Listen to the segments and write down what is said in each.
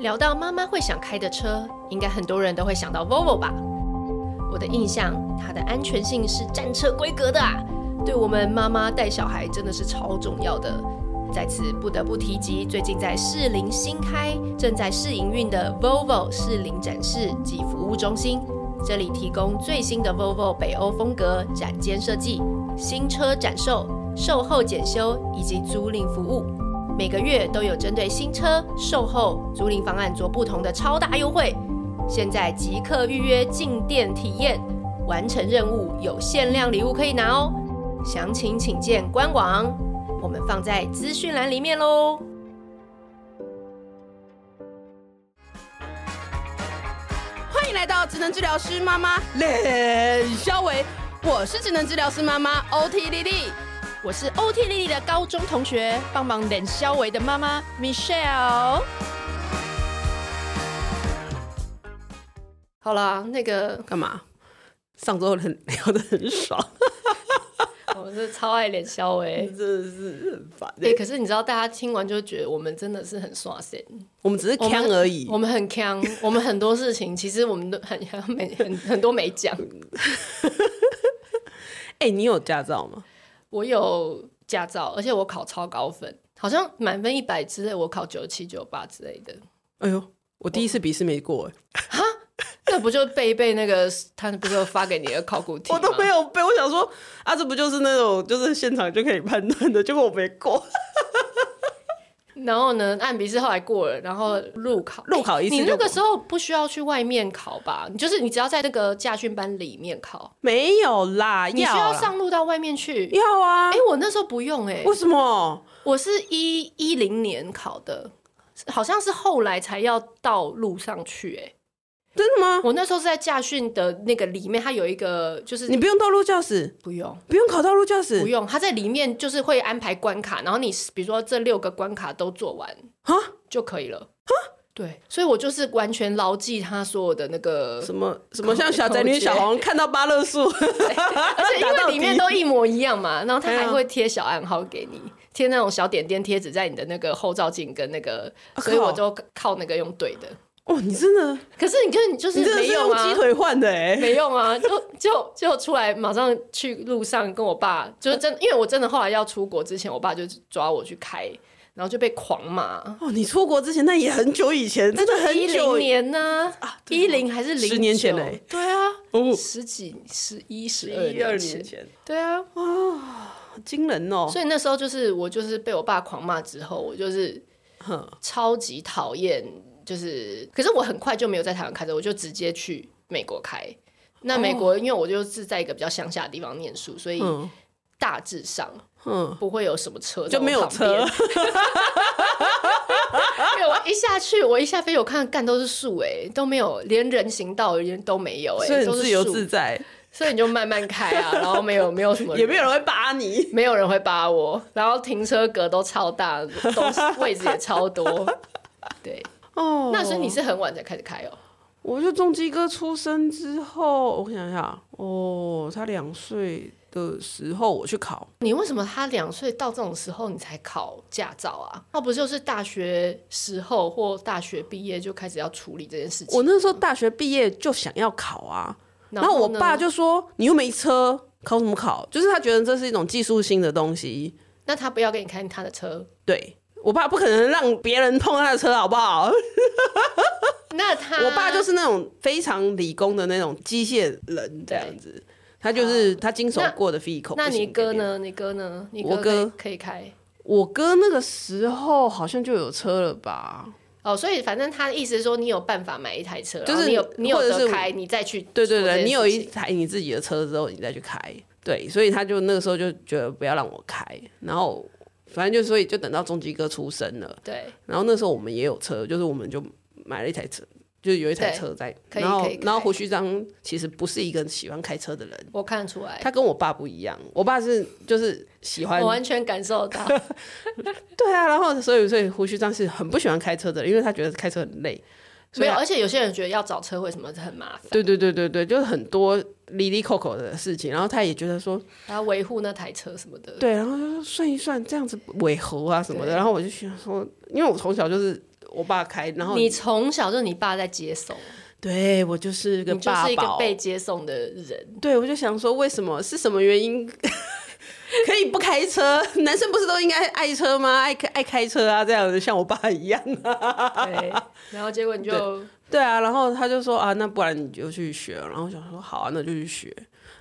聊到妈妈会想开的车，应该很多人都会想到 Volvo 吧？我的印象，它的安全性是战车规格的啊，对我们妈妈带小孩真的是超重要的。在此不得不提及，最近在士林新开、正在试营运的 Volvo 士林展示及服务中心，这里提供最新的 Volvo 北欧风格展间设计、新车展售、售后检修以及租赁服务。每个月都有针对新车售后租赁方案做不同的超大优惠。现在即刻预约进店体验，完成任务有限量礼物可以拿哦。详情请见官网。我们放在资讯栏里面喽。欢迎来到职能治疗师妈妈冷肖维，我是职能治疗师妈妈 OT 丽丽。我是 OT 丽丽的高中同学，帮忙冷肖维的妈妈 Michelle。好啦，那 个干嘛？上周很聊得很爽，我是超爱冷肖维。 真的是很烦哎、可是你知道，大家听完就觉得我们真的是很刷新，我们只是我们看而已我，们很 强，我们很多事情其实我们都很很没很很多没讲。哎、你有驾照吗？我有驾照，而且我考超高分，好像满分一百之类，我考九七九八之类的。哎呦，我第一次笔试没过、哎， 那不就背一背那个 他不是有发给你的考古题吗？我都没有背。我想说，啊，这不就是那种就是现场就可以判断的，结果我没过。然后呢，按笔试后来过了，然后路考，路考一次你就那过个时候不需要去外面考吧？你就是你只要在那个驾训班里面考，没有啦，你需要啦上路到外面去。啊要啊？哎、我那时候不用哎、为什么？我是一一零年考的，好像是后来才要到路上去哎、真的吗？我那时候是在驾训的那个里面，它有一个就是你不用道路教室，不用不用考道路教不室用，它在里面就是会安排关卡，然后你比如说这六个关卡都做完啊？就可以了。对，所以我就是完全牢记他所有的那个，什么什么像小宅女小红看到芭乐树，而 而且因为里 面都一模一样嘛，然后他对还啊会贴小暗号给你，贴那种小点点贴纸在你的那个后照镜跟那个，啊所以我靠就靠那个用对的。哦，你真的可是你看，你就是你真的没是用用啊，鸡腿换的 哎、没用啊，就就就出来，马上去路上跟我爸，就是真，因为我真的后来要出国之前，我爸就抓我去开，然后就被狂骂。哦，你出国之前那也很久以前，真的很一久啊零。年呢、一零、还是零十年前嘞对啊，哦十几、十一、十二一二年前，前，对啊。好惊人哦！所以那时候就是我就是被我爸狂骂之后，我就是哼超级讨厌，就是可是我很快就没有在台湾开车，我就直接去美国开。哦那美国因为我就是在一个比较乡下的地方念书，所以嗯大致上嗯，不会有什么车在就我没有旁边 车因为我一下去，我一下飞，我看干都是树哎、都没有，连人行道连都没有哎、所以都很是自由树自在，所以你就慢慢开啊，然后没有没有什么人， 也没有人会扒你。没有人会扒我，然后停车格都超大，东西位置也超 多，对，哦，那所以你是很晚才开始开哦，我就中基哥出生之后，我想一下，哦，他两岁的时候我去考，你为什么他两岁到这种时候你才考驾照啊？那不就是大学时候或大学毕业就开始要处理这件事情？我那时候大学毕业就想要考啊，然后我呢爸就说你又没车，考什么考？就是他觉得这是一种技术性的东西，那他不要给你开他的 车，对。我爸不可能让别人碰他的车，好不好？那他我爸就是那种非常理工的那种机械人这样子，他就是他经手过的 vehicle。那你不哥行给别人？呢？你哥呢？你我可以哥可以开我哥那个时候好像就有车了吧？哦，所以反正他的意思是说，你有办法买一台车，就然是后你有你有或者是得开，你再去对对做这对，件你有事一情台你自己的车之后，你再去开。对，所以他就那个时候就觉得不要让我开，然后反正就所以就等到中基哥出生了，对然后那时候我们也有车，就是我们就买了一台车，就是有一台对车在。可以然后可以然后开胡须章其实不是一个喜欢开车的人，我看得出来，他跟我爸不一样，我爸是就是喜欢我完全感受 到。对啊，然后所以所以胡须章是很不喜欢开车的，因为他觉得开车很累。所没以有，他而且有些人觉得要找车为什么很麻烦，对对对对对，就是很多离离扣扣的事情，然后他也觉得说还要维护那台车什么的。对，然后就说算一算，这样子尾猴啊什么的。呃对然后我就想说，因为我从小就是我爸开，然后你从小就是你爸在接送，对我就是个你就爸是一个宝，被接送的 人。对我就想说为什么是什么原因 可以不开车？ 男生不是都应该爱车吗？爱开爱开车啊，这样子像我爸一样 啊。对，然后结果你就对啊，然后他就说啊，那不然你就去学。然后我想说好啊，那就去学。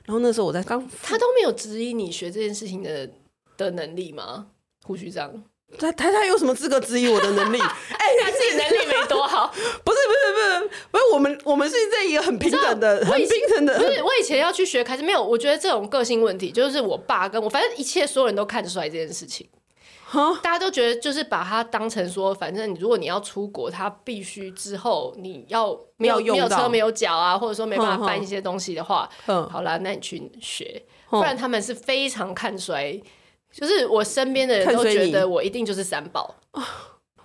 然后那时候我在刚他都没有质疑你学这件事情的的能力吗？胡须章，他他他有什么资格质疑我的能力？ 哎、 他自己能力没多好，不是不是不是不是，我们我们是在一个很平等的、我很以前平等不的。是，我以前要去学开车，没有。我觉得这种个性问题，就是我爸跟我，反正一切所有人都看得出来这件事情。哈，大家都觉得就是把它当成说，反正你如果你要出国，他必须之后你要没有要用没有到车没有脚啊，或者说没办哼法哼办一些东西的话，嗯好啦，那你去学。哼不然他们是非常看衰，就是我身边的人看都衰觉你得我一定就是三宝。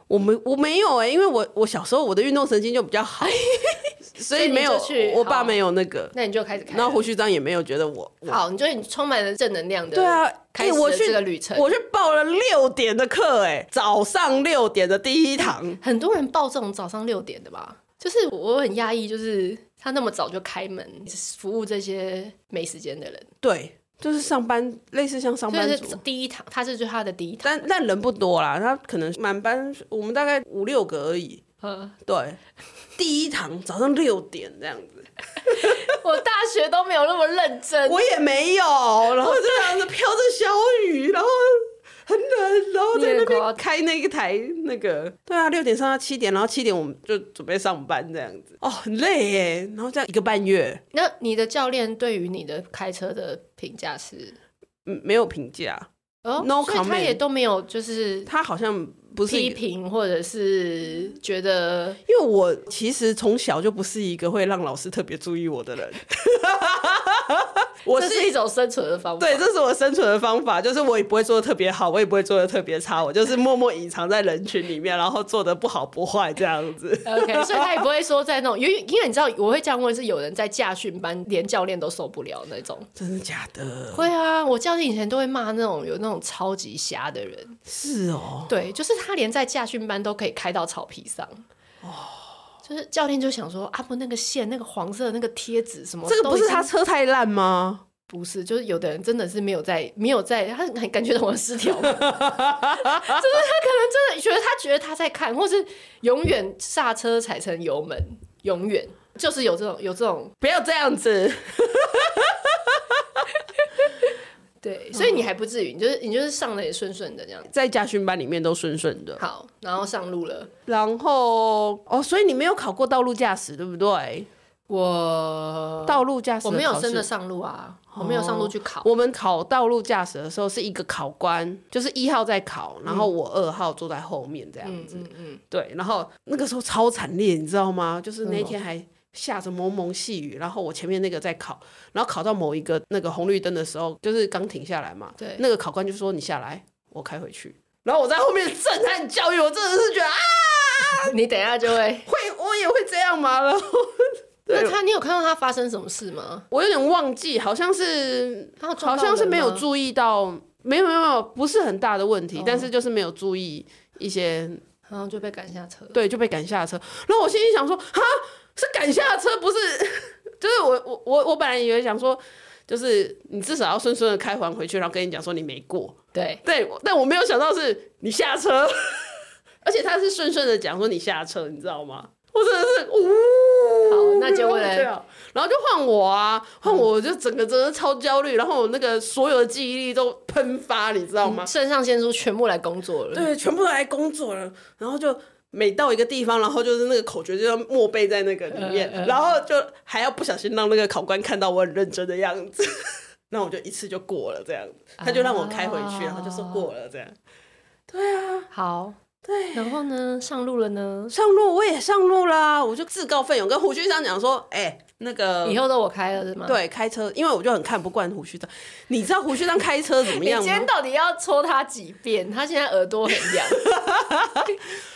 我没我没有哎、因为我我小时候我的运动神经就比较好，所哎所以以你没有就去我爸好没有那 个，那你就开始开然后了，胡须章也没有觉得我我好，你就你充满了正能量的，对啊，开哎始我了去这个旅程。我去报了六点的课哎、早上六点的第一堂，很多人报这种早上六点的吧，就是我很压抑，就是他那么早就开门服务这些没时间的人，对，就是上班类似像上班这族是。第一堂，他是就他的第一堂，但但人不多啦，他可能满班我们大概五六个而已。嗯，对，第一堂早上六点这样子， 我大学都没有那么认真， 我也没有，然后就这样子飘着小雨，然后很冷，然后在那你很夸边开那一台那个，对啊，六点上到七点，然后七点我们就准备上班这样子，哦，很累耶，然后这样一个半月，那你的教练对于你的开车的评价是？嗯，没有评价，哦 No 所以他 comment 也都没有就是他好像不是一批个。评或者是觉得因为我其实从小就不是一个会让老师特别注意我的人， 我这是是一种生存的方法，对，这是我生存的方法，就是我也不会做的特别好，我也不会做的特别差，我就是默默隐藏在人群里面，然后做的不好不坏这样子。 OK，所以他也不会说在那种，因为因为你知道我会这样问，是有人在驾训班连教练都受不了那种。真的假的？会啊，我教练以前都会骂那种有那种超级瞎的人，是哦，对，就是他连在驾训班都可以开到草皮上。哦就是教练就想说啊，不，那个线、那个黄色的那个贴纸什么，这个不是他都已经车太烂吗？不是，就是有的人真的是没有在，没有在，他很感觉到我的失调， 就是他可能真的觉得他觉得他在看，或是永远刹车踩成油门，永远就是有这种有这种不要这样子，对，所以嗯你还不至于，你就是你就是上的也顺顺的这样子。在家训班里面都顺顺的。好，然后上路了。然后哦，所以你没有考过道路驾驶，对不对？我道路驾驶呃我没有考真的试。上路啊，我没有上路去考。我们考道路驾驶的时候是一个考官，就是一号在考，然后我二号坐在后面这样子。嗯嗯嗯，对，然后那个时候超惨烈，你知道吗？就是那一天还下着蒙蒙细雨，然后我前面那个在考，然后考到某一个那个红绿灯的时候，就是刚停下来嘛，对那个考官就说你下来，我开回去。然后我在后面震撼教育，我真的是觉得啊， 你等一下就会。会我也会这样吗？然后对那他，你有看到他发生什么事吗？我有点忘记，好像是他有撞好到像是人没有吗，注意到，没有没有没有，不是很大的问题，哦但是就是没有注意一些然后就被赶下车。对，就被赶下车。然后我心里想说，哈，是赶下车，不是？ 就是我我我我本来以为想说，就是你至少要顺顺的开还回去，然后跟你讲说你没过。对，对，我但我没有想到是你下车， 而且他是顺顺的讲说你下车，你知道吗？我真的是，呜、好那结果嘞对啊，然后就换我啊，换我，我就整个真的超焦虑，然后我那个所有的记忆力都喷发，你知道吗？肾上腺素全部来工作了。对，全部都来工作了，然后就每到一个地方，然后就是那个口诀就要默背在那个里面，嗯嗯然后就还要不小心让那个考官看到我很认真的样子， 那我就一次就过了这样子，他就让我开回啊去，然后就说过了这样。好，对，然后呢，上路了呢，上路我也上路啦，我就自告奋勇跟胡须章讲说，哎、那个以。后都我开了是吗？，对，开车，因为我就很看不惯胡须章。你知道胡须章开车怎么你样今吗天？到底要戳他几遍？他现在耳朵很痒。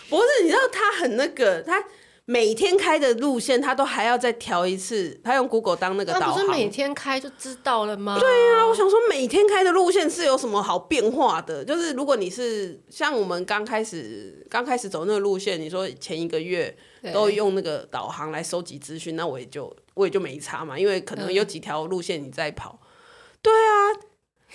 不是，你知道他很那个，他每天开的路线，他都还要再调一次，他用 Google 当那个那导不航。是每对天开就知道了吗？对啊，我想说每天开的路线是有什么好变化的？就是如果你是像我们刚开始刚开始走那个路线，你说前一个月都用那个导航来收集资讯，那我也就我也就没差嘛，因为可能有几条路线你在跑。对啊，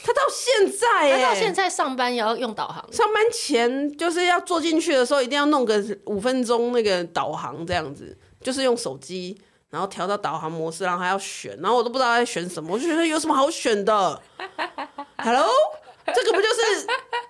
他到现在、欸，他到现在上班也要用导航，上班前就是要坐进去的时候，一定要弄个五分钟那个导航，这样子就是用手机，然后调到导航模式，然后还要选，然后我都不知道他在选什么，我就觉得有什么好选 的？Hello，这个不就是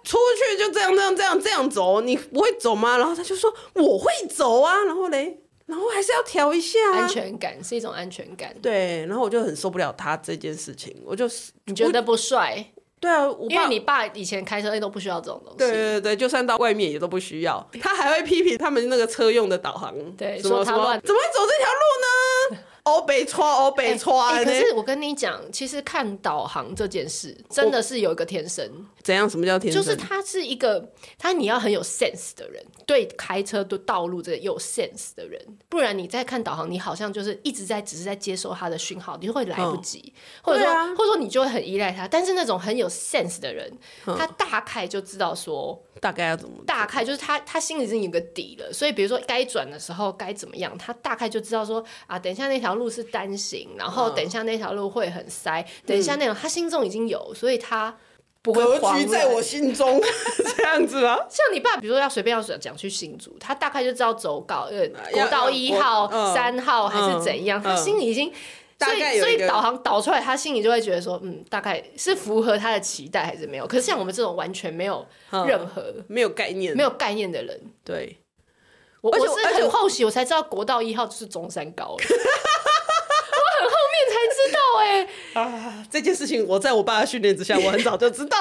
出去就这样这样这样这样走，你不会走吗？然后他就说我会走啊，然后嘞，然后还是要调一下、啊安。全感是一种安全感。对，然后我就很受不了他这件事情，我就是你觉得不帅？对啊，我因为爸你爸以前开车都不需要这种东西。哎对对对，就算到外面也都不需要。他还会批评他们那个车用的导航，对什么说什他么乱怎么会走这条路呢？ 欧北川，欧北啊川哎呢可？是我跟你讲，其实看导航这件事真的是有一个天生，怎样？什么叫天就生？是他是一个他你要很有 sense 的人，对开车对道路这个有 sense 的人，不然你在看导航，你好像就是一直在只是在接收他的讯号，你就会来不及，或者说、嗯对啊或者说你就会很依赖他。但是那种很有 sense 的人，嗯他大概就知道说。大概要怎么？大概就是他他心里已经有个底了，所以比如说该转的时候该怎么样，他大概就知道说啊，等一下那条路是单行，然后等一下那条路会很塞，等一下那种他心中已经有，所以他不会格慌局乱在我心中， 这样子吗？像你爸，比如说要随便要讲去新竹，他大概就知道走高呃要国道一要号国、嗯三、号还是怎样，嗯他心里已经。大所概以，有所一以个导航导出来，他心里就会觉得说，嗯，大概是符合他的期待还是没有。可是像我们这种完全没有任何、没有概念，没有概念的人，对。我而且我是而且很后期我才知道国道一号就是中山高欸 了，我很后面才知道哎、啊，这件事情我在我爸的训练之下，我很早就知 道。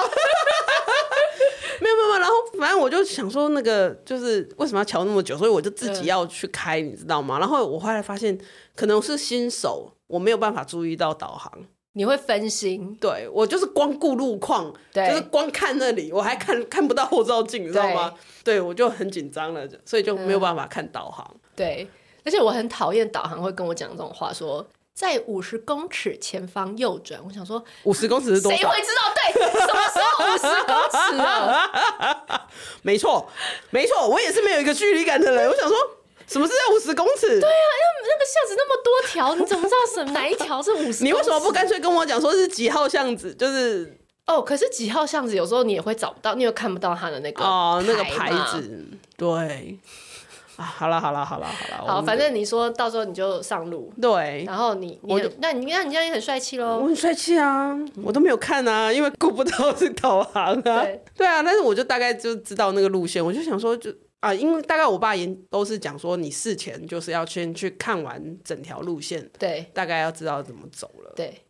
没有没有，没有然后反正我就想说，那个就是为什么要瞧那么久，所以我就自嗯己要去开，你知道吗？然后我后来发现，可能是新手，我没有办法注意到导航，你会分心，对我就是光顾路况，对就是光看那里，我还看 看不到后照镜，你知道吗？对我就很紧张了，所以就没有办法看导航。对，而且我很讨厌导航会跟我讲这种话说。在五十公尺前方右转，我想说，五十公尺是多谁少？会知道？对，什么时候五十公尺啊 了？没错，没错，我也是没有一个距离感的人。我想说，什么是在五十公尺？对嗯那个巷子那么多条，你怎么知道什哪一条是五十？你为什么不干脆跟我讲说是几号巷子？就是哦？可是几号巷子有时候你也会找不到，你又看不到它的那个哦，那个牌牌嘛。子，对啊，好啦好啦好啦好啦，我好，们反正你说到时候你就上路，对，然后你你我就那你那你这样也很帅气我喽。很帅气啊，我都没有看啊，因为顾不到是导航啊，对对啊，但是我就大概就知道那个路线，我就想说就。啊，因为大概我爸也都是讲说，你事前就是要先去看完整条路线，对大概要知道怎么走了。对，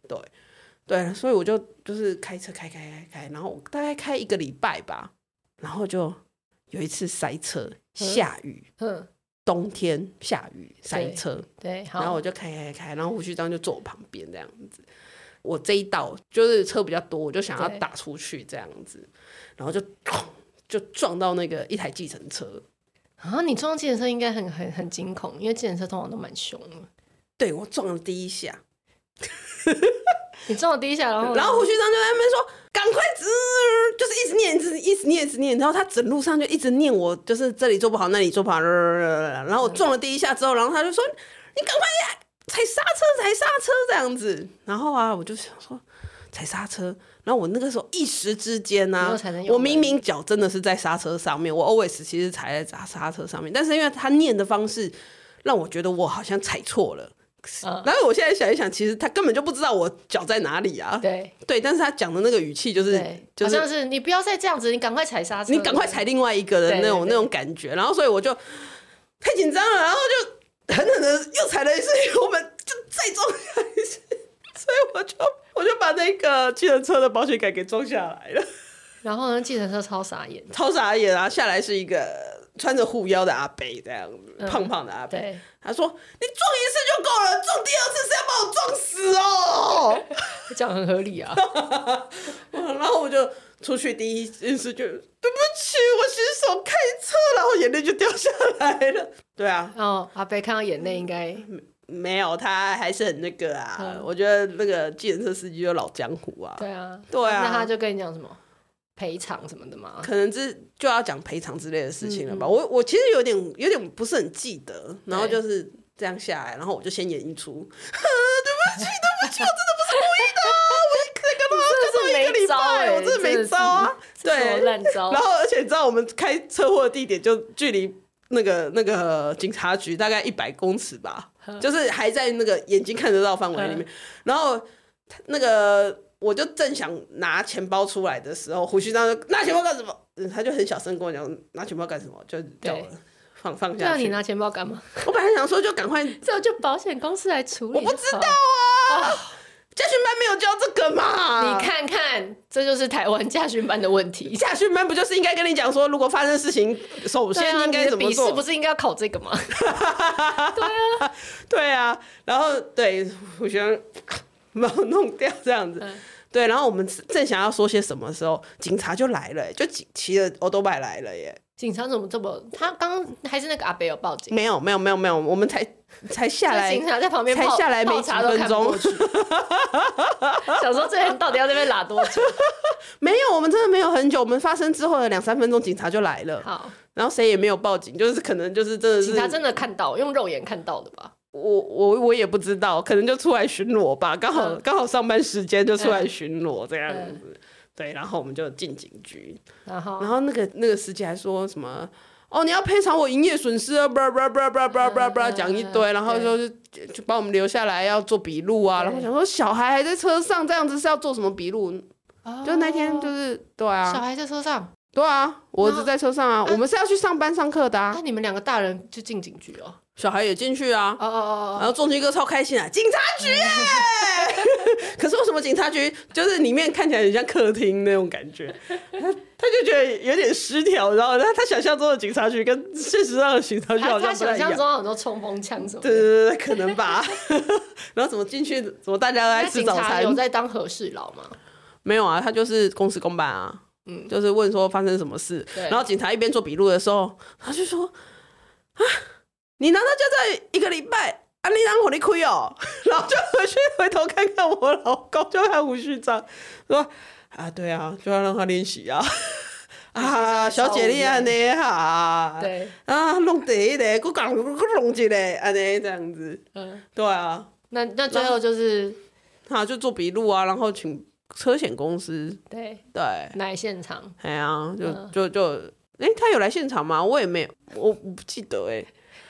对，所以我就就是开车开开开开，然后我大概开一个礼拜吧，然后就有一次塞车，下雨，嗯，冬天下雨塞对车，对，然后好我，就开开开，然后胡须章就坐我旁边这样子。我这一道就是车比较多，我就想要对打出去这样子，然后就就撞到那个一台计程车，啊，你撞计程车应该很很很惊恐，因为计程车通常都蛮凶的。对我撞了第一下，你撞我第一下，然后呢然后胡须章就在那边说：“赶快吱，就是一直念，一直一直念，一直念。”然后他整路上就一直念我，就是这里做不好，那里做不好。然后我撞了第一下之后，然后他就说：“你赶快踩刹车，踩刹车！”这样子。然后啊，我就想说踩刹车。然后我那个时候一时之间你呢又踩成，油门我明明脚真的是在刹车上面，我 always 其实踩在刹刹车上面，但是因为他念的方式让我觉得我好像踩错了。嗯然后我现在想一想，其实他根本就不知道我脚在哪里啊。对对，但是他讲的那个语气 就是对，就好像是是你不要再这样子，你赶快踩刹车，你赶快踩另外一个的对那种对对那种感觉，然后所以我就太紧张了，然后就狠狠的又踩了一次油门，就再撞下一次，所以我就我就把那个汽车车的保险杆给撞下来了， 然后呢，计程车超傻眼，超傻眼啊！下来是一个穿着护腰的阿伯这样子，胖胖的阿伯，对，他说：“你撞一次就够了，撞第二次是要把我撞死哦。” 这样很合理啊。然后我就出去第一件事就对不起，我新手开车，然后眼泪就掉下来了。 对啊，哦，阿北看到眼泪应该嗯没有，他还是很那个啊。嗯我觉得那个计程车司机就老江湖啊，对啊，对啊那他就跟你讲什么赔偿什么的嘛，可能这就要讲赔偿之类的事情嗯了吧。我我其实有点有点不是很记得，然后就是这样下来，然后我就先演一出，真的一个礼招拜欸我真的没招啊，真的是这是对什么烂招然。后，而且你知道我们开车祸的地点就距离那个那个警察局大概一百公尺吧，就是还在那个眼睛看得到范围里面。然后他那个我就正想拿钱包出来的时候，胡须章就拿钱包干什么？嗯他就很小声跟我讲拿钱包干什么，嗯就叫我对放放对啊，下你去。拿钱包干嘛？我本来想说就赶快这样就保险公司来处理。我不知道。啊，家训班没有教这个嘛？你看看，这就是台湾驾训班的问题。家训班不就是应该跟你讲说，如果发生事情，首对先啊，应你该的怎么笔做？试不是应该要考这个吗？ 对啊，然后对我觉得 把我弄掉这样子。嗯对，然后我们正想要说些什么时候，警察就来了、欸，就骑骑着欧多拜来了耶、警察怎么这么？他刚刚还是那个阿北有报警，没有，没有，没有，没有，我 们才才下这来警，察在旁边才泡下来没泡几茶都分看不钟过去。 想说这人到底要在那边拉多久？没有，我们真的没有很久，我们发生之后的两三分钟，警察就来了，好，然后谁也没有报警，就是可能就是真的是警察真的看到，用肉眼看到的吧？我我我也不知道，可能就出来巡逻吧，刚好嗯刚、好上班时间就出来巡逻这样子。嗯对，然后我们就进警局，然后然后那个那个司机还说什么？哦，你要赔偿我营业损失啊！叭叭叭叭叭叭叭，嗯讲一堆，然后对就是就把我们留下来要做笔录啊。对然后我想说，小孩还在车上，这样子是要做什么笔录？ 就那天就哦是对小啊，孩在车上，对啊，我儿子那在车上啊，我们是要去上班上课的啊那。你们两个大人就进警局哦。小孩也进去啊，哦哦哦然后仲基哥超开心啊，警察局 耶！可是为什么警察局就是里面看起来很像客厅那种感觉？他他就觉得有点失调，然后他他想象中的警察局跟现实上的警察哦，局好他他像不太想一象样。中有很多冲锋枪什么对的。对对，对可能吧。 然后怎么进去？怎么大家都那在吃警早察有餐？在当和事佬吗？没有啊，他就是公事公办啊。嗯就是问说发生什么事，对然后警察一边做笔录的时候，他就说：“啊，你拿到驾照一个礼拜，啊，你让我你亏哦。” 然后就回去回头看看我老公，就看胡须章说：“啊，对啊，就要让他练习啊。” 啊，小姐你安尼哈，对，啊，弄第一个，我讲我弄一个，安尼这样子，嗯，对啊，那那最后就是他、就做笔录啊，然后请车险公司，对对，来现场。哎呀，就嗯就就，哎、他有来现场吗？我也没，我我不记得哎、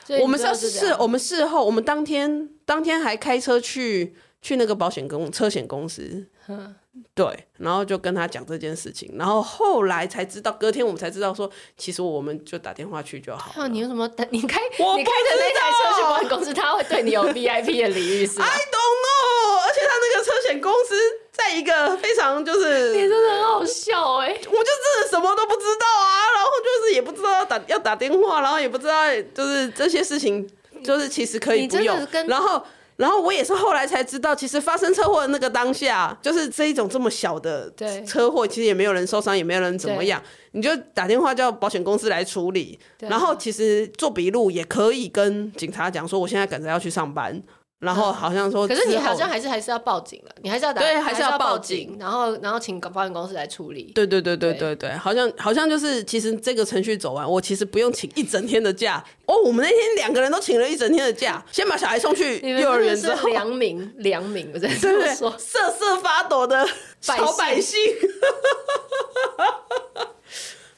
所以我们是最要后就这事，样我们事后，我们当天当天还开车去去那个保险公车险公司，嗯对，然后就跟他讲这件事情，然后后来才知道，隔天我们才知道说，其实我们就打电话去就好啊，了。你有什么？你开我你开不着那台车知去道哎保险公司，他会对你有 VIP 的礼遇是 I 吗？ don't know，而且他那个车险公司在一个非常就是你真的很好笑哎、我就真的什么都不知道啊，然后就是也不知道要打要打电话，然后也不知道就是这些事情，就是其实可以你不真的用。跟然后，然后我也是后来才知道，其实发生车祸的那个当下，就是这一种这么小的对车祸，其实也没有人受伤，也没有人怎么样，你就打电话叫保险公司来处理。对然后其实做笔录也可以跟警察讲说，我现在赶着要去上班，然后好像说之可后，是你好像还是还是要报警了，啊你还是要打对还还是要要报报警警，然后然后请保险公司来处理。对对对对对对对，好像好像就是，其实这个程序走完，我其实不用请一整天的假。哦，我们那天两个人都请了一整天的假，先把小孩送去你们幼儿园真之的是后，良民，良民，我在对这不么对？说。瑟瑟发抖的姓小百姓。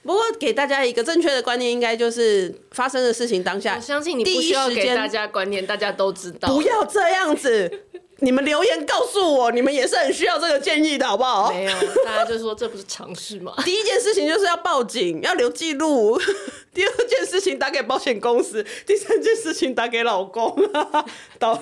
不过给大家一个正确的观念，应该就是发生的事情当下，我相信你第不一需要时给间大家观念，大家都知道。不要这样子。你们留言告诉我，你们也是很需要这个建议的，好不好？没有，大家就说这不是常识吗？第一件事情就是要报警，要留记录； 第二件事情打给保险公司；第三件事情打给老公。 导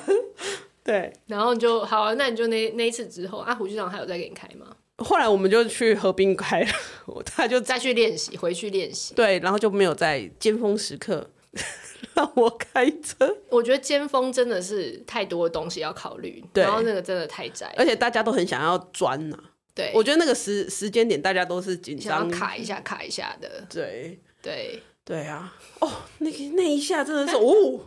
对，然后你就好、啊，那你就那那一次之后，啊，胡局长还有再给你开吗？后来我们就去河滨开了，我他就在再去练习，回去练习。对，然后就没有在尖峰时刻 让我开车，我觉得尖峰真的是太多东西要考虑，对然后那个真的太窄。而且大家都很想要钻呐、啊对，我觉得那个时时间点大家都是紧想张要，卡一下卡一下的，对对，对啊，哦，那个那一下真的是哦，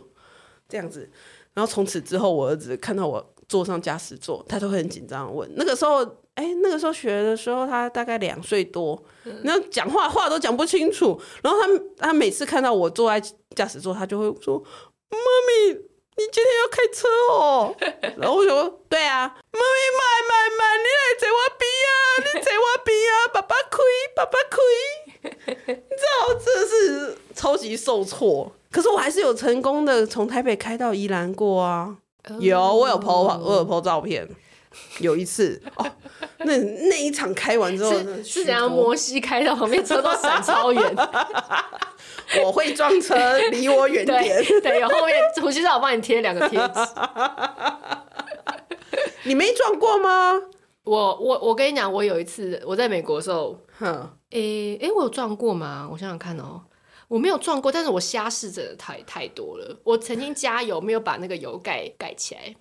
这样子。然后从此之后，我儿子看到我坐上驾驶座，他都会很紧张地问。那个时候，哎，那个时候学的时候，他大概两岁多，然后讲话话都讲不清楚。然后他他每次看到我坐在驾驶座，他就会说：“妈咪，你今天要开车 哦。”然后我就说：“对啊，妈咪，慢慢慢，你来坐我边啊，你坐我边啊，爸爸开，爸爸开。”我真的是超级受挫，可是我还是有成功的从台北开到宜兰过啊。哦有，我有 po，我有 po 照片。有一次哦，那那一场开完之后是是虚怎样？脱摩西开到旁边车都闪超 远，我会撞车，离我远点。 对对，有后面胡先生我帮你贴两个贴纸。你没撞过吗？我我我跟你讲，我有一次我在美国的时候，哼，诶、诶、我有撞过吗？我想想看哦、我没有撞过，但是我瞎试真的太太多了。我曾经加油没有把那个油盖盖起来，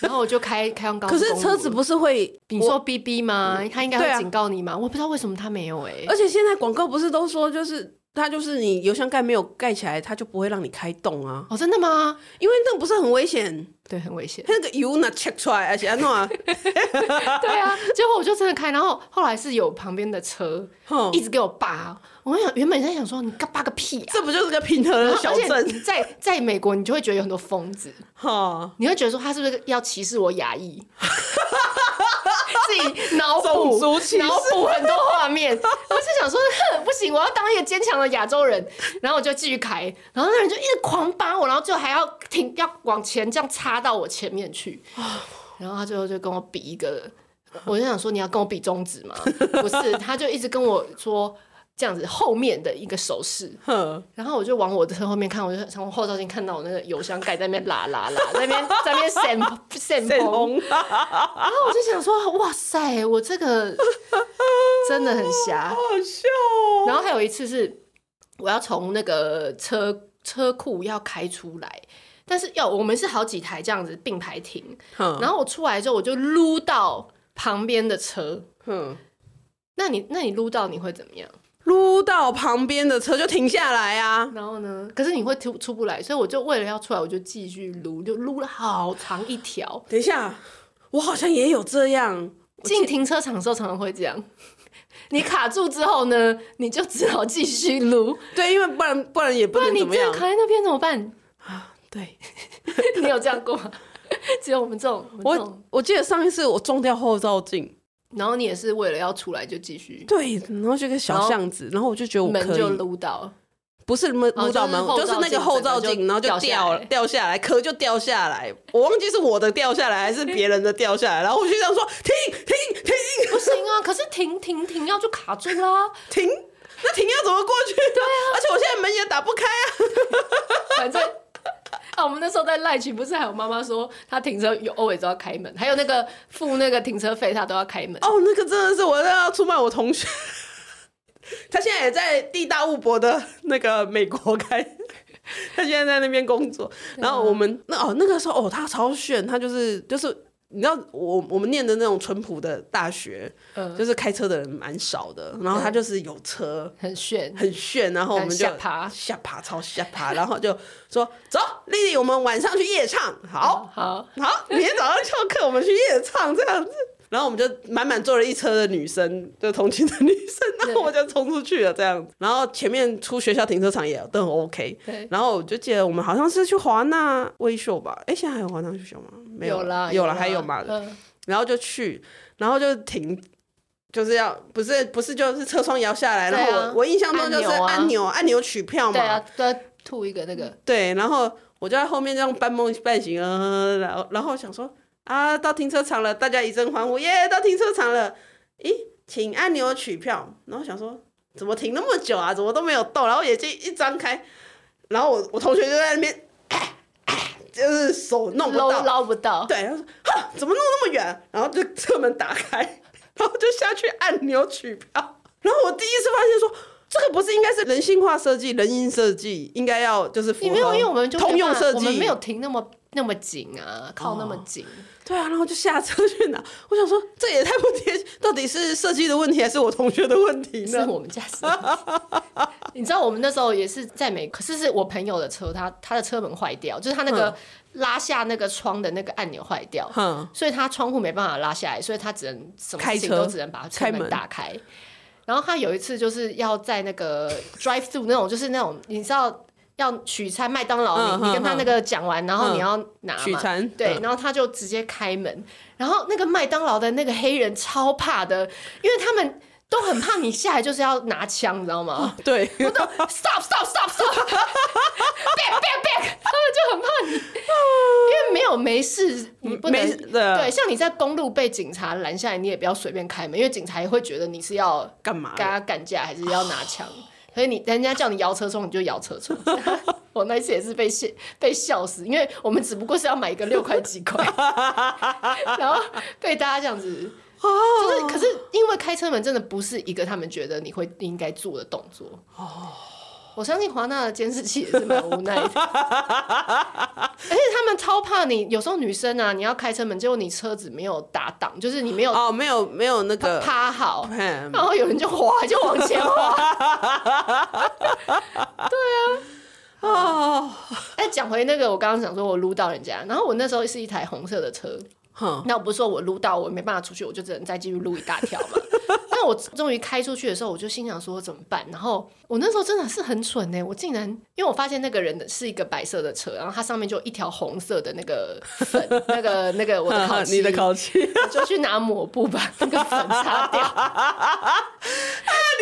然后我就开开上高速可公路是车子不是会你说 B B 吗？他应该对啊会警告你吗？我不知道为什么他没有诶、而且现在广告不是都说，就是它就是你油箱盖没有盖起来，它就不会让你开动啊，哦，真的吗？因为那不是很危险，。对，很危险那个油那 check 出来，而且安诺 啊，对啊，结果我就真的开，然后后来是有旁边的车哼一直给我扒。我想原本在想说你干扒个屁啊！这不就是个平和的然后小而镇？且在在美国，你就会觉得有很多疯子，哈。你会觉得说他是不是要歧视我亚裔？自己脑种补族歧视脑补很多画面。我是想说，哼，不行，我要当一个坚强的亚洲人。然后我就继续开，然后那人就一直狂扒我，然后最后还要停，要往前这样插到我前面去。然后他最后就跟我比一个，我就想说你要跟我比中指吗？不是，他就一直跟我说这样子后面的一个手势。哼，然后我就往我的车后面看，我就从后照镜看到我那个油箱盖在那边拉拉拉，在那边在那边闪闪沈风，红， 好然后我就想说，哇塞，我这个真的很瞎。好笑哦！然后还有一次是我要从那个车车库要开出来，但是要我们是好几台这样子并排停，哼然后我出来之后我就撸到旁边的车，哼，那你那你撸到你会怎么样？撸到旁边的车就停下来啊！然后呢？可是你会出出不来，所以我就为了要出来，我就继续撸，就撸了好长一条。等一下，我好像也有这样，进停车场的时候常常会这样，你卡住之后呢，你就只好继续撸，对，因为不然不然也不不然能你真怎么样的。卡在那边怎么办？对，你有这样过吗？只有我们这种，我们这我种。我记得上一次我撞掉后照镜，然后你也是为了要出来就继续，对，然后就个小巷子，然后我就觉得我门可就以，撸到，不是门哦撸到门，就是就是那个后后照照镜，镜然后就整个就掉下掉来掉下来，壳就掉下来，我忘记是我的掉下来还是别人的掉下来，然后我就这样说停停停不行啊！可是停停停要就卡住啦，停，那停要怎么过去？对啊，而且我现在门也打不开啊。反正。啊，我们那时候在赖群，不是还有妈妈说她停车有 always 都要开门，还有那个付那个停车费，她都要开门。哦，那个真的是我要出卖我同学， 他现在也在地大物博的那个美国开， 他现在在那边工作。然后我们那哦那个时候哦，他超炫，他就是就是你知道我我们念的那种淳朴的大学，嗯就是开车的人蛮少的，然后他就是有车。很炫，很炫，然后我们就很下爬下爬超下爬，然后就说走，丽丽，我们晚上去夜唱，好，好，好，明天早上翘课，我们去夜唱这样子。然后我们就满满坐了一车的女生，就同情的女生，然后我就冲出去了这样子。然后前面出学校停车场也都很 OK。对然后我就记得我们好像是去华纳威秀吧？哎，现在还有华纳威秀吗？没有了，啦有啦还有嘛？嗯然后就去，然后就停，就是要不是不是就是车窗摇下来，对啊然后我我印象中就是按钮啊按钮按钮取票嘛，对啊，都要吐一个那个，对，然后我就在后面这样半梦半醒，呃，然后然后想说啊，到停车场了，大家一阵欢呼，耶，到停车场了，咦，请按钮取票。然后想说怎么停那么久啊，怎么都没有动，然后眼睛一张开，然后我我同学就在那边， 就是手弄不捞到，捞不到，对，他说哈，怎么弄那么远？然后就车门打开，然后就下去按钮取票。然后我第一次发现说，这个不是应该是人性化设计、人因设计应该要就是符合你没有，因为我们就没通用办法设计，我们没有停那么那么紧啊，靠那么紧。对啊，然后就下车去拿。我想说，这也太不贴，到底是设计的问题还是我同学的问题是呢？我们家司 机你知道我们那时候也是在美，可是是我朋友的车，他他的车门坏掉，就是他那嗯个拉下那个窗的那个按钮坏掉，哼，所以他窗户没办法拉下来，所以他只能什么嗯开事情车都只能把车开门门打开。然后他有一次就是要在那个 drive through 那种，就是那种你知道要取餐麦当劳，嗯你你跟他嗯那个讲完，然后嗯你要拿取嘛餐对，嗯然后他就直接开门，然后那个麦当劳的那个黑人超怕的，因为他们都很怕你下来就是要拿枪，你知道吗？对，我都 stop stop stop stop back back back，他们就很怕你，因为没有没事，你不能没事啊的对，像你在公路被警察拦下来，你也不要随便开门，因为警察也会觉得你是要干嘛？跟他干架，还是要拿枪。所以你人家叫你摇车窗，你就摇车窗。 我那次也是被笑被笑死，因为我们只不过是要买一个六块几 块，然后被大家这样子。哦就是，可是因为开车门真的不是一个他们觉得你会应该做的动作。哦，我相信华纳的监视器也是蛮无奈的，而且他们超怕你。有时候女生啊，你要开车门，结果你车子没有打档，就是你没有哦，没有没有那个，趴好，嗯然后有人就滑，就往前滑。 哦，哎，讲回那个，我刚刚讲说我撸到人家，然后我那时候是一台红色的车，哼，那我不是说我撸到我没办法出去，我就只能再继续撸一大条嘛。 那我终于开出去的时候，我就心想说怎么办？然后我那时候真的是很蠢呢、我竟然因为我发现那个人的是一个白色的车，然后它上面就一条红色的那个粉，那个那个我 的烤漆，你的烤漆，你我就去拿抹布把那个粉擦掉。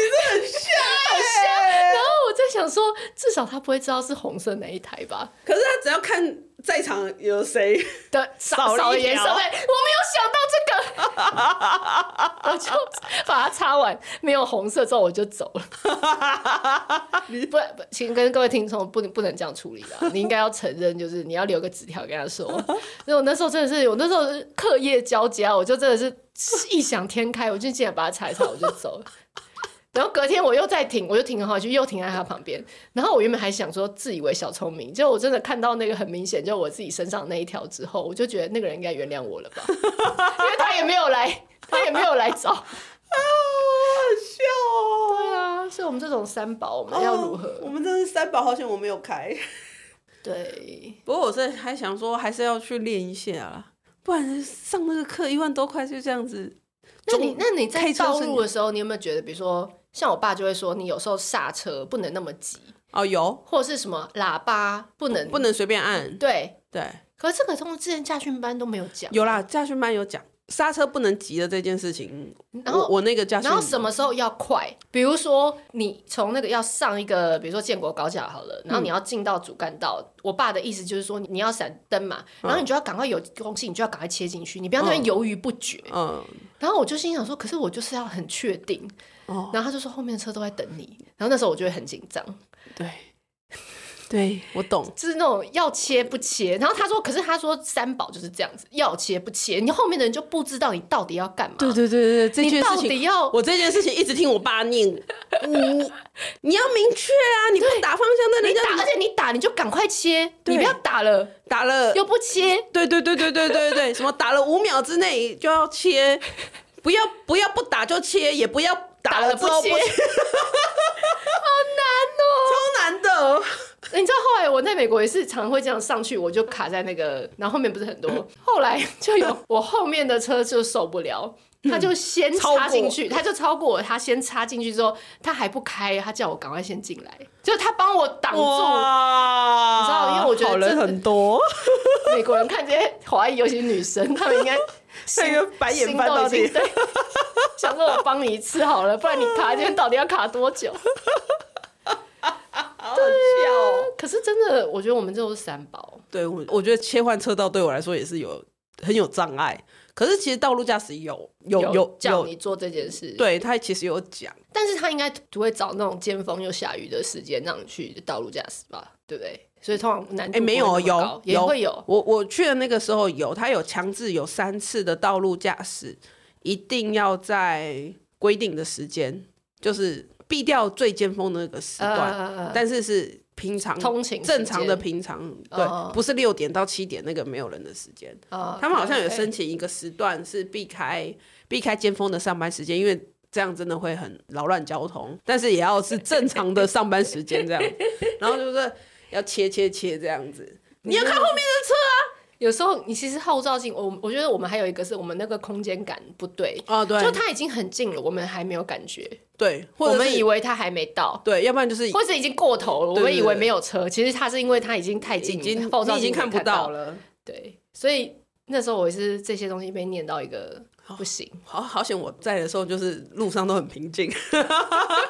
这很像欸，然后我在想说，至少他不会知道是红色哪一台吧？可是他只要看在场有谁，的少少了一少的颜色，条对，我没 有想到这个，我就把它擦完，没有红色之后我就走了。 不不，请跟各位听众不能不能这样处理啦，你应该要承认，就是你要留个纸条跟他说。所以我那时候真的是，我那时候是课业交加，我就真的是异想天开，我就竟然把它擦一擦，我就走了。然后隔天我又再停，我就停很好去，又停在他旁边。然后我原本还想说自以为小聪明，结果我真的看到那个很明显，就我自己身上那一条之后，我就觉得那个人应该原谅我了吧，因 为他也没有来，他也没有来找。啊， 好好笑哦。对啊，所以我们这种三宝，我们要如何？哦我们真是三宝，好险我没有开。对， 不过我是还想说，还是要去练一下啦，不然上那个课一万多块就这样子。那你中那你在开车道瞬路间的时候，你有没有觉得，比如说像我爸就会说，你有时候刹车不能那么急，哦，有或者是什么喇叭不能不能随便按，对。对，可是这个通之前驾训班都没有讲，有啦，驾训班有讲刹车不能急的这件事情，然后我我那个驾训然后什么时候要快？比如说，你从那个要上一个，比如说建国高架好了，然后嗯你要进到主干道。我爸的意思就是说，你要闪灯嘛，嗯然后你就要赶快有东西，你就要赶快切进去，你不要那边犹豫不决。嗯，然后我就心想说，可是我就是要很确定。哦然后他就说后面的车都在等你，然后那时候我就会很紧张，对，对我懂，就是那种要切不切。然后他说，可是他说三宝就是这样子，要切不切，你后面的人就不知道你到底要干嘛，对对对对，这你件到事情底要我这件事情一直听我爸念，你你要明确啊，你不打方向，那你人家打，而且你打你就赶快切，你对不要打了。打了，又不切，对对对对对对 对，什么打了五秒之内就要切，不要不要不打就切，也不要打了之后打了不切，超难的。 你知道后来我在美国也是常会这样上去，我就卡在那个，然后后面不是很多，后来就 有我后面的车就受不了。他就先嗯超插过进去，他就超过我，他先插进去之后，他还不开，他叫我赶快先进来，就他帮我挡住。哇，你知道因为我觉得好人这很多， 美国人看这些华裔，尤其女 生，他们应该那心个白眼心翻都到已经底。对， 想说我帮你一次好了，不然你卡这边到底要卡多久？ 好好笑哦。啊可是真的，我觉得我们这都是三宝， 对我，我觉得切换车道对我来说也是有很有障碍。可是其实道路驾驶有有有叫你做这件事，对他其实有讲，但是他应该不会找那种尖峰又下雨的时间让你去道路驾驶吧，对不对？所以通常难度哎、没有不会那么有高也会有有，我我去的那个时候有，他有强制有三次的道路驾驶，一定要在规定的时间，就是。避掉最尖峰的那个时段，呃，但是是平常通勤时间正常的平常，对，哦不是六点到七点那个没有人的时间。呃他们好像有申生，请一个时段是避开避开尖峰的上班时间，因为这样真的会很扰乱交通，但是也要是正常的上班时间这样，然后就是要切切切这样子。你要看后面的车有时候你其实后照镜，我我觉得我们还有一个是我们那个空间感不对，哦，对就它已经很近了，我们还没有感觉，对，或我者们是以为它还没到，对，要不然就是或者已经过头了，我对对们对以为没有车，其实它是因为它已经太近已了，经后你照已镜经没看不到到。了，对，所以那时候我也是这些东西被念到一个哦不行，好好险我在的时候，就是路上都很平静。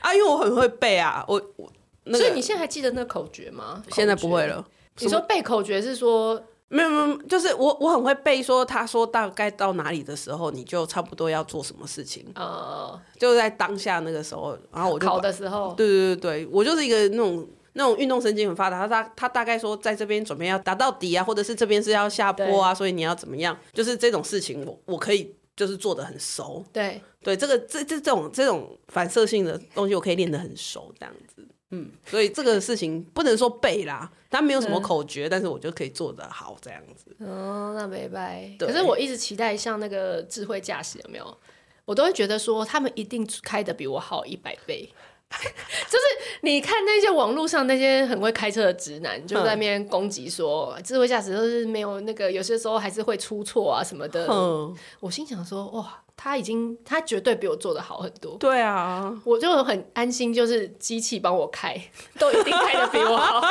啊，因为我很会背啊，我我那个所以你现在还记得那口诀吗？现在不会了。口诀。你说背口诀是说没有没有，就是我我很会背，说他说大概到哪里的时候，你就差不多要做什么事情，呃就在当下那个时候，然后我就考的时候，对对对对，我就是一个那种那种运动神经很发达，他大他大概说在这边准备要打到底啊，或者是这边是要下坡啊，所以你要怎么样，就是这种事情我我可以就是做的很熟，对，对这个这这这种这种反射性的东西，我可以练得很熟，这样子。嗯，所以这个事情不能说背啦，它没有什么口诀，但是我就可以做得好这样子。哦，那没拜。对可是我一直期待像那个智慧驾驶有没有？我都会觉得说他们一定开的比我好一百倍。 就是你看那些网络上那些很会开车的直男，就在那边攻击说、智慧驾驶都是没有那个，有些时候还是会出错啊什么的。嗯，我心想说，哇，他已经他绝对比我做的好很多，对啊，我就很安心，就是机器帮我开，都一定开的比我好。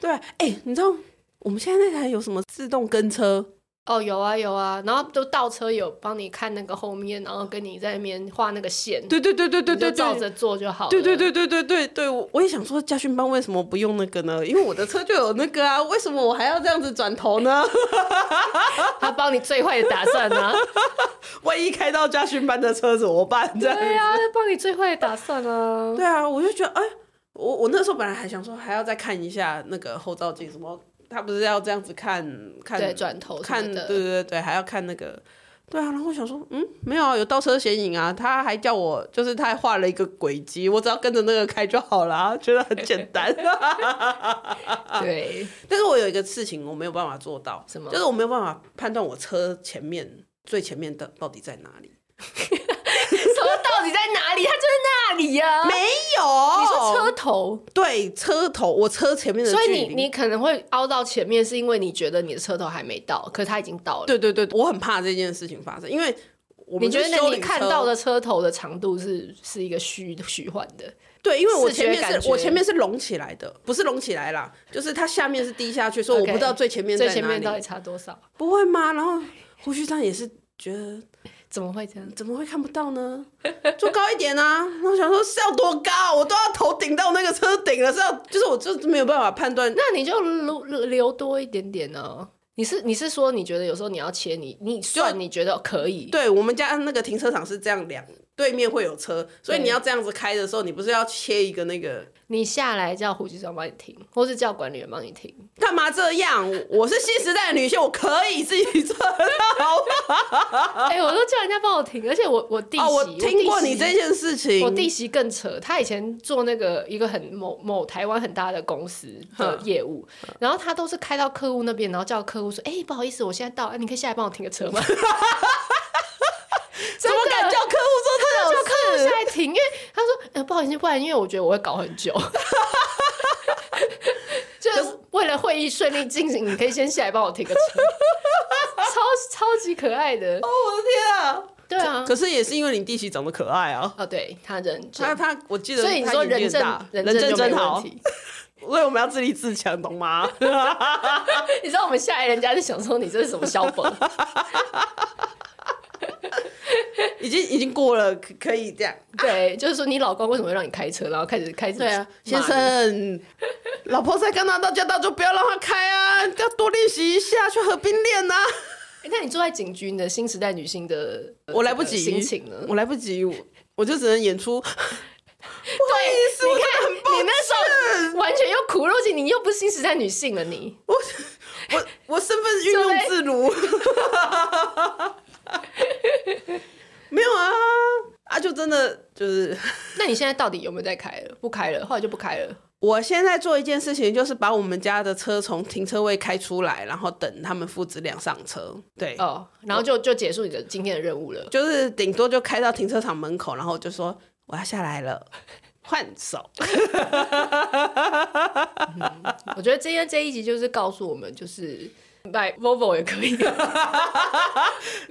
对啊，哎、你知道我们现在那台有什么自动跟车？哦，有啊有啊，然后都倒车有帮你看那个后面，然后跟你在那边画那个线，对对对对对你就对照对。着做就好了。对对对对对对对，我我也想说，家训班为什么不用那个呢？因为我的车就有那个啊，为什么我还要这样子转头 呢？他帮你最坏的打算 啊，万一开到家训班的车怎么办？这样对啊，他帮你最坏的打算啊。对啊，我就觉得，哎、我我那时候本来还想说还要再看一下那个后照镜，什么他不是要这样子看看对转头什看，么对的对对对，还要看那个。对啊，然后我想说，嗯，没有啊，有倒车显影啊，他还叫我，就是他还画了一个轨迹，我只要跟着那个开就好啦， 觉得很简单。啊对，但是我有一个事情我没有办法做到，什么就是我没有办法判断我车前面最前面的到底在哪里。什么到底在哪里？他就在那里呀、没有，你说车头，对车头，我车前面的距所离，以你你可能会凹到前面，是因为你觉得你的车头还没到，可是他已经到了。对对对，我很怕这件事情发生，因为我们你觉是得修你理看车到的车头的长度是是一个虚虚幻的，对，因为我视觉前面感是觉我前面是隆起来的，不是隆起来啦，就是它下面是低下去，所以我 OK，不知道最前面在最前面哪到底里。差多少？不会吗？然后胡须章也是觉得怎么会这样？怎么会看不到呢？坐高一点啊！然后想说是要多高，我都要头顶到那个车顶了，是要就是我就是没有办法判断。那你就留留多一点点呢、你是你是说你觉得有时候你要切你你算你觉得可以，对我们家那个停车场是这样两对面会有车，所以对你要这样子开的时候，你不是要切一个那个你下来叫胡局长帮你停，或是叫管理员帮你停。干嘛这样？我是新时代的女性，我可以自己 做得到。哎、我都叫人家帮我停，而且我我弟媳、啊哦，我弟听过媳你这件事情。我弟媳更扯，他以前做那个一个很某某台湾很大的公司的业务，嗯然后他都是开到客户那边，然后叫客户说：“哎、不好意思，我现在到，哎、你可以下来帮我停个车 吗？”怎怎么敢叫客户叫做客户这下种事？来停？因为他说：“呃，不好意思，不然因为我觉得我会搞很久。” 就是为了会议顺利进行，你可以先下来帮我停个车，超超级可爱的，哦，我的天啊！对啊，可是也是因为你弟媳长得可爱啊。哦，对他人他真，他，我记得，所以你说人证大，人证就证没真问好，题。所以我们要自立自强，懂 吗？你知道我们下来，人家就想说你这是什么小本？ 已经已经过了，可可以这样。对，就是说你老公为什么会让你开车，然后开始开始对啊，骂先你，生，老婆在加拿大驾到就不要让她开啊，要多练习一下，去河边练啊。诶那你坐在警局，你的新时代女性的呃我来不这个及，心情呢？我来不及，我我就只能演 出。对，思我真的很抱你那时候完全又苦肉计，你又不是新时代女性了，你我我我身份运用自如，没有啊啊！啊，就真的就是，那你现在到底有没有在开了？不开了，后来就不开了。我现在做一件事情，就是把我们家的车从停车位开出来，然后等他们父子俩上车。对，哦，然后就就结束你的今天的任务了。就是顶多就开到停车场门口，然后就说我要下来了，换手。我觉得今天这一集就是告诉我们，就是买 Volvo 也 可以，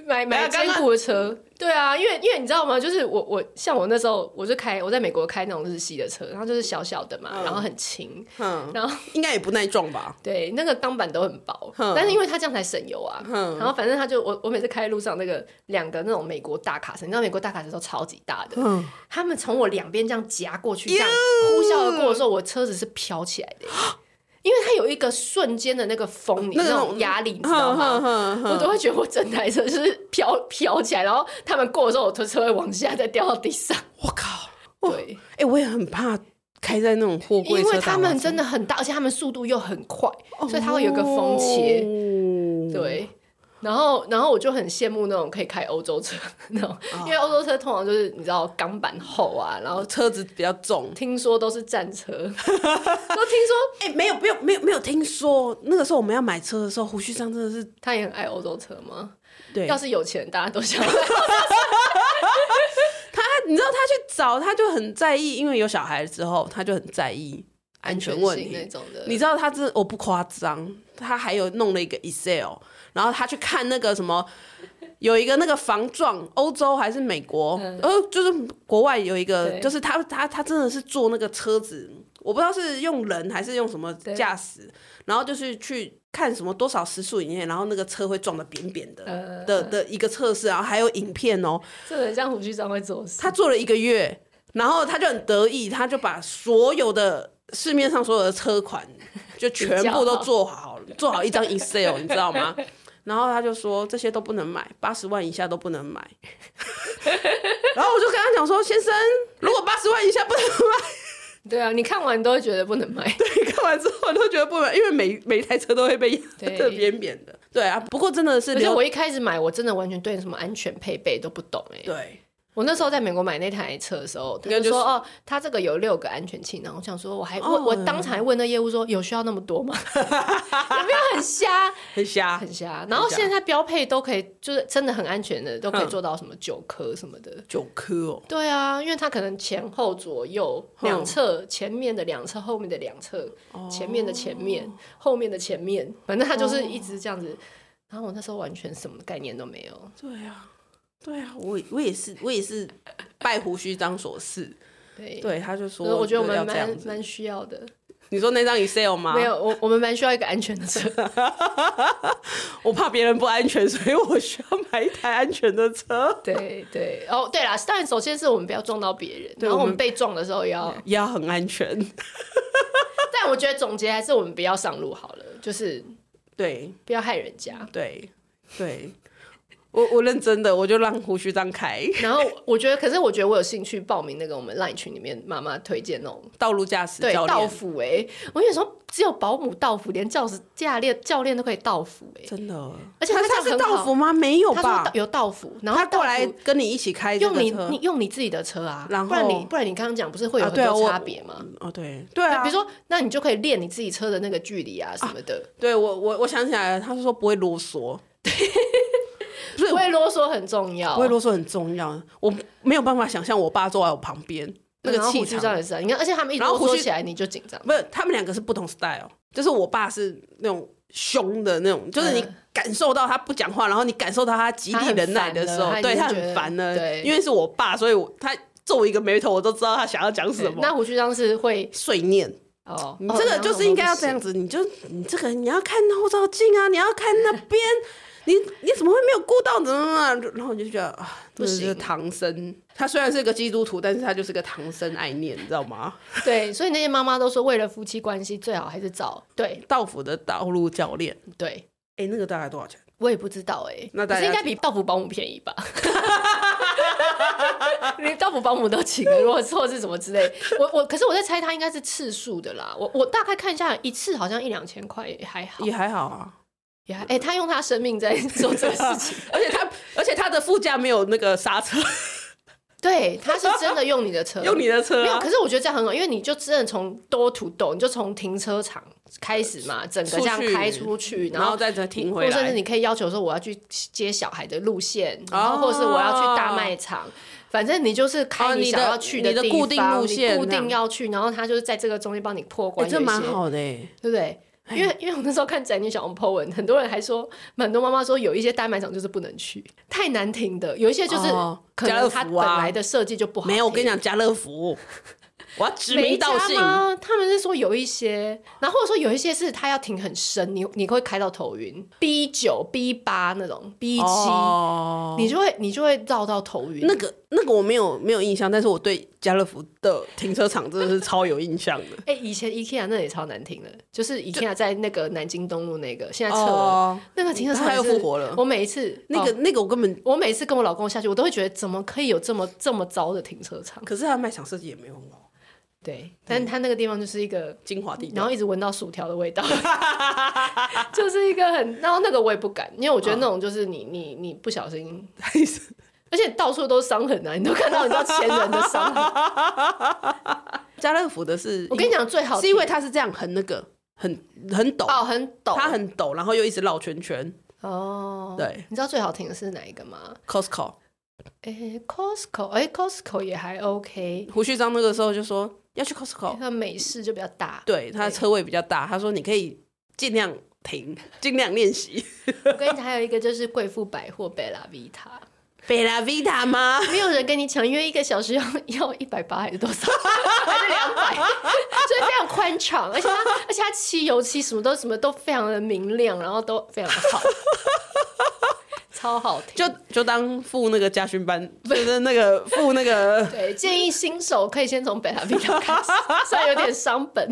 买没买有刚坚刚固的车。对啊，因为因为你知道吗？就是我我像我那时候，我就开我在美国开那种日系的车，然后就是小小的嘛，然后很轻，嗯，然后应该也不耐撞吧？对，那个钢板都很薄，哼但是因为它这样才省油啊。哼然后反正他就我我每次开路上那个两个那种美国大卡车，你知道美国大卡车都超级大的，嗯，他们从我两边这样夹过去，这样呼啸而过的时候，我车子是飘起来的耶，因为它有一个瞬间的那个风，你那那个种压力，你知道吗？哼我都会觉得我整台车就是飘飘起来，然后他们过的时候，我的车会往下再掉到地上。我靠！对，哎、我也很怕开在那种货柜因车啊哦为上，他们真的很大，而且他们速度又很快，所以它会有一个风切。哦。对，然后然后我就很羡慕那种可以开欧洲车那种，哦因为欧洲车通常就是你知道钢板厚啊，然后车子比较重，听说都是战车， 都听说哎、没有，没有，没有，没有听说。那个时候我们要买车的时候，胡旭章真的是他也很爱欧洲车吗？对，啊要是有钱，大家都想买。他，你知道他去找，他就很在意，因为有小孩之后，他就很在意 安全问性题那。种的，你知道他真，我不夸张，他还有弄了一个 Excel，然后他去看那个什么，有一个那个防撞，欧洲还是美国，呃，就是国外有一个，嗯对就是他他他真的是做那个车子，我不知道是用人还是用什么对驾驶，然后就是去看什么多少时速以内，然后那个车会撞的扁扁的、呃的的一个测试，然后还有影片哦，这很像胡须章会做事。他做了一个月，然后他就很得意，他就把所有的市面上所有的车款就全部都做好，做好一张 Excel，你知道吗？然后他就说这些都不能买，八十万以下都不能买。然后我就跟他讲说，先生，如果八十万以下不能买，对啊，你看完都会觉得不能买。 对，看完之后都觉得不能买，因为每每一台车都会被压对得扁扁的。对啊，不过真的是而且留我一开始买，我真的完全对什么安全配备都不懂哎、对，我那时候在美国买那台车的时候，他那就就是说：“哦，它这个有六个安全气囊。”我想说，我还问、哦我当场还问那业务说：“有需要那么多 吗？有没有很瞎？很瞎很瞎。”然后现在标配都可以，就是真的很安全的，都可以做到什么九颗什么的。九颗哦，对啊，因为它可能前后左右嗯两侧，前面的两侧，后面的两侧，前面的前哦面，后面的前面，反正它就是一直这样子。然后我那时候完全什么概念都没有。对啊，对啊，我我也是，我也是拜胡须张所赐。对，对，他就说，所以我觉得我要们这样蛮子。蛮需要的。你说那张 Excel 吗？没，有，我我们蛮需要一个安全的 车。我怕别人不安全，所以我需要买一台安全的车，对对，哦对啦，但首先是我们不要撞到别人，对然后我我们们被撞的时候也 要。也要很安全。但我觉得总结还是我们不要上路好了，就是对不要害人家。对对，我我认真的，我就让胡须张开然后我觉得，可是我觉得我有兴趣报名那个我们 LINE 群里面妈妈推荐那种道路驾驶对教道练，服哎、我有时候只有保姆道服，连教师教练教练都可以道服哎、真的。而且他他他这样是很道好服吗？没有他说吧道？有道服，然后他过道来服跟你一起开这用个你车你。用你自己的车啊，然不然后你不然你刚刚讲不是会有啊很对啊多我差别吗？哦，对对那啊，比如说，那你就可以练你自己车的那个距离啊什么的，对我我我想起来了，他是说不会啰嗦，不是不会啰嗦很重要。不会啰嗦很重要。我没有办法想象我爸坐在我旁边那然个后气胡须场，章也是啊，你看，而且他们一然后啰胡嗦须起来你就紧张。不是他们两个是不同 style，就是我爸是那种凶的那种，就是你嗯感受到他不讲话，然后你感受到他极力忍耐的时候，他很烦了对他他已经觉很得烦了，对因为是我爸，所以我他皱一个眉头，我都知道他想要讲什对么。那胡须章是会碎念，哦，你哦这个就是应该要这样。子，你就你这个你要看后照镜啊，你要看那边，你你怎么会没有顾到怎么怎么？然后我就觉得啊，不真的是行唐僧，他虽然是个基督徒，但是他就是个唐僧爱念，你知道吗？然后我们不行对，所以那些妈妈都说，为了夫妻关系，最好还是找对道府的道路教练，对。哎、那个大概多少钱？我也不知道哎、欸，那大家可是应该比道服保姆便宜吧？连道服保姆都请了，如果错是什么之类，我我可是我在猜他应该是次数的啦。我我大概看一下，一次好像一两千块也还好，也还好啊。也还哎、他用 他生命在做这个事情，而且他，而且他的副驾没有那个刹车，对，他是真的用你的车， 用你的车、没有，啊可，是我觉得这样很好，因为你就真的从 door to door，你就从停车场开始嘛，整个这样开出去，然然后后再再停或回甚至来。你可以要求说我要去接小孩的路线，然后或是我要去大卖场，反正你就是哦开你的想要去你的地固定方路线你固这样定要去，然后他就是在这个中间帮你破关哎，有一这些，蛮好的欸，对不对？因为因为我那时候看宅女小红 po 文，很多人还说，很多妈妈说有一些大卖场就是不能去，太难停的，有一些就是哦可家乐能福它啊本来的设计就不好停。没有，我跟你讲，家乐福，我要指名道姓每家。吗？他们是说有一些，然后或者说有一些是它要停很深，你你会开到头晕，B 九、B 八那种，B 七、哦，你就会你就会绕到头晕。那个那个我没有没有印象，但是我对家乐福的停车场真的是超有印象 的。哎、以前 IKEA 那也超难停的，就是 IKEA 在那个南京东路那个，现在撤了、哦，那个停车场它又是复活了我每一次那哦个那个我根本，我每次跟我老公下去，我都会觉得怎么可以有这么这么糟的停车场？可是它的卖场设计也没有很好，对，嗯但他那个地方就是一个，精华地然段。后一直闻到薯条的 味道， 就是一个很，然后那个我也不敢，因为我觉得那种就是你你你不小心， 而且到处都伤痕啊，你都看到你知道前人的伤 痕。家乐福的是，我跟你讲，最好是因为它是这样很那个很很陡，哦很陡，它很陡，然后又一直绕圈圈。哦，对你知道最好停的是哪一个吗？ Costco 诶 c o s t c o 诶 c o s t c o 也还 OK，胡旭章那个时候就说要去 Costco，它美式就比较大。哦对，它的车位比较大，他说你可以尽量停，尽量 练习。我跟你讲，还有一个就是贵妇百货贝拉 Vita。贝拉维塔吗？没有人跟你抢，因为一个小时要 要一百八还是多少， 还是两百， 所以非常宽敞，而且它而且它漆油漆什么都什么都非常的明亮，然后都非常好， 超好听。就就当付那个家训班，就是那个付那个。对，建议新手可以先从北塔冰岛开始，虽然有点伤本。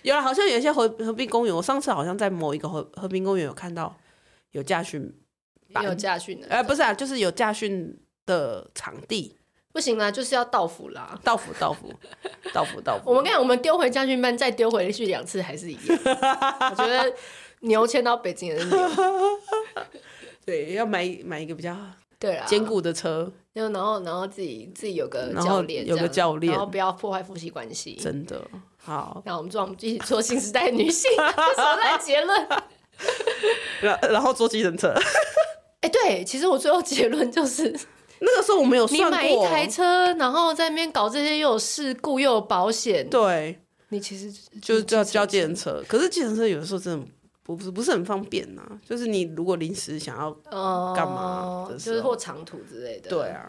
有了，好像有一些河河滨公园，我上次好像在某一个河河滨公园有看到有家训，没有家训的，呃，不是啊，就是有家训的场地，不行啦，就是要到府啦。道府道府道府道府。我们跟你讲，我们丢回家训班，再丢回去两次还是一样。我觉得牛迁到北京也是牛， 对要买买一个比较对啊 啦，坚固的车，就然后然后自己自己有个然后教练这有样，个教练然后不要破坏夫妻关系。真的好。那我们做，我们一起做新时代的女性，这什么烂结论？ 然然后坐计程车，哎、对，其实我最后结论就是， 那个时候我们有你算买一过，哦台车，然后在那边搞这些又有事故又有保险，对，你其实就是叫叫计见程车。可是计程车有的时候真的不不是不是很方便呐、就是你如果临时想要，哦嗯干嘛的时就候是或长途之类的。对，啊，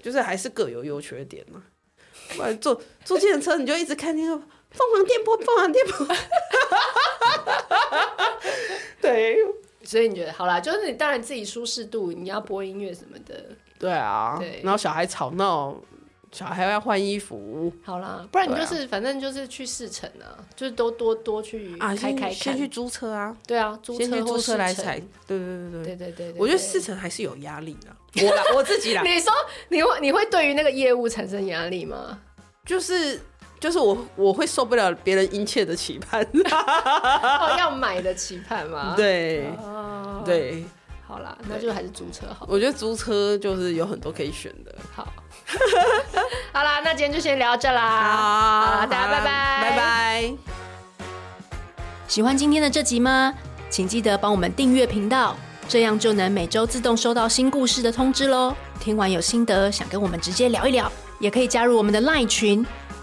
就是还是各有优缺点嘛、不然坐坐计程车你就一直看那个凤凰电波，凤凰电 波。对所以你觉得好啦，就是你当然自己舒适度，你要播音乐什么的，对啊，对然后小孩吵闹，小孩要换衣服好啦，不然你对就啊是、反正就是去试乘啊，就是多多多去啊，开开先看，先去租车啊，对啊，租先去车或租试车来乘踩。对对对对。对对对对，嗯我觉得对四成还是有压力的、我啦， 我自己啦，你说你会你会对于那个业务产生压力吗？就是就是我我会受不了别人殷切的期盼，哦，要买的期盼吗？，啊 对、哦，对，好啦，那就还是租车好。我觉得租车就是有很多可以选的。好， 好啦，那今天就先聊这好啦。啦，大家拜拜拜拜。喜欢今天的这集吗？请记得帮我们订阅频道，这样就能每周自动收到新故事的通知喽。听完有心得，想跟我们直接聊一聊，也可以加入我们的 LINE 群，